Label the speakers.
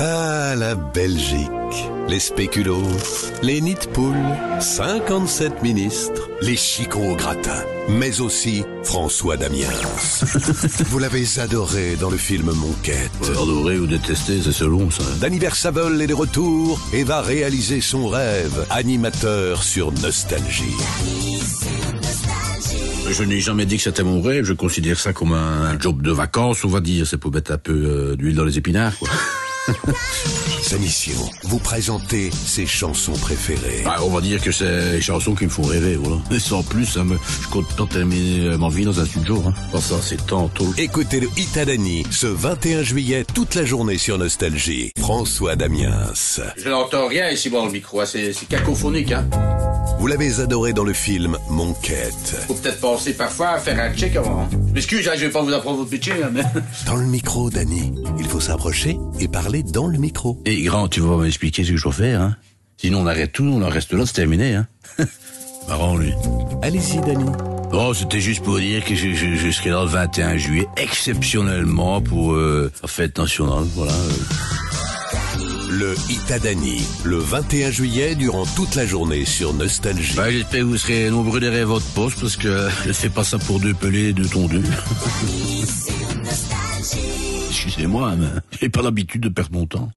Speaker 1: Ah, la Belgique. Les spéculoos, les nids de poules, 57 ministres, les chicots au gratin, mais aussi François Damiens. Vous l'avez adoré dans le film Monquette.
Speaker 2: Adoré ou détesté, c'est selon ça. hein.
Speaker 1: Danny Versable est de retour et va réaliser son rêve, animateur sur Nostalgie.
Speaker 2: Ben, Je n'ai jamais dit que c'était mon rêve, je considère ça comme un job de vacances, on va dire. C'est pour mettre un peu euh, d'huile dans les épinards, quoi.
Speaker 1: Sa mission, vous présenter ses chansons préférées.
Speaker 2: Bah, on va dire que c'est les chansons qui me font rêver, voilà. Et sans plus, ça me... je compte pas terminer euh, ma vie dans un studio. Hein. Enfin, ça, c'est tantôt.
Speaker 1: Écoutez le Itadani ce 21 juillet, toute la journée sur Nostalgie. François Damiens.
Speaker 2: Je n'entends rien ici dans le micro, hein. c'est cacophonique. Hein.
Speaker 1: Vous l'avez adoré dans le film Monquette.
Speaker 2: Faut peut-être penser parfois à faire un check avant. M'excuse, hein, je vais pas vous apprendre votre métier. hein, Mais...
Speaker 1: Dans le micro, Danny. Il faut s'approcher et parler dans le micro.
Speaker 2: Et Eh, grand, tu vas m'expliquer ce que je dois faire. Hein Sinon, on arrête tout, on en reste là, c'est terminé. Hein Marrant, lui.
Speaker 1: Allez-y, Danny.
Speaker 2: Bon, Oh, c'était juste pour dire que je, je, je, serai là le 21 juillet, exceptionnellement pour euh, la fête nationale. Voilà.
Speaker 1: Le Itadani, le 21 juillet durant toute la journée sur Nostalgie.
Speaker 2: Bah, J'espère que vous serez nombreux derrière votre poste parce que je ne fais pas ça pour deux pelés et deux tondus. Excusez-moi, mais j'ai pas l'habitude de perdre mon temps.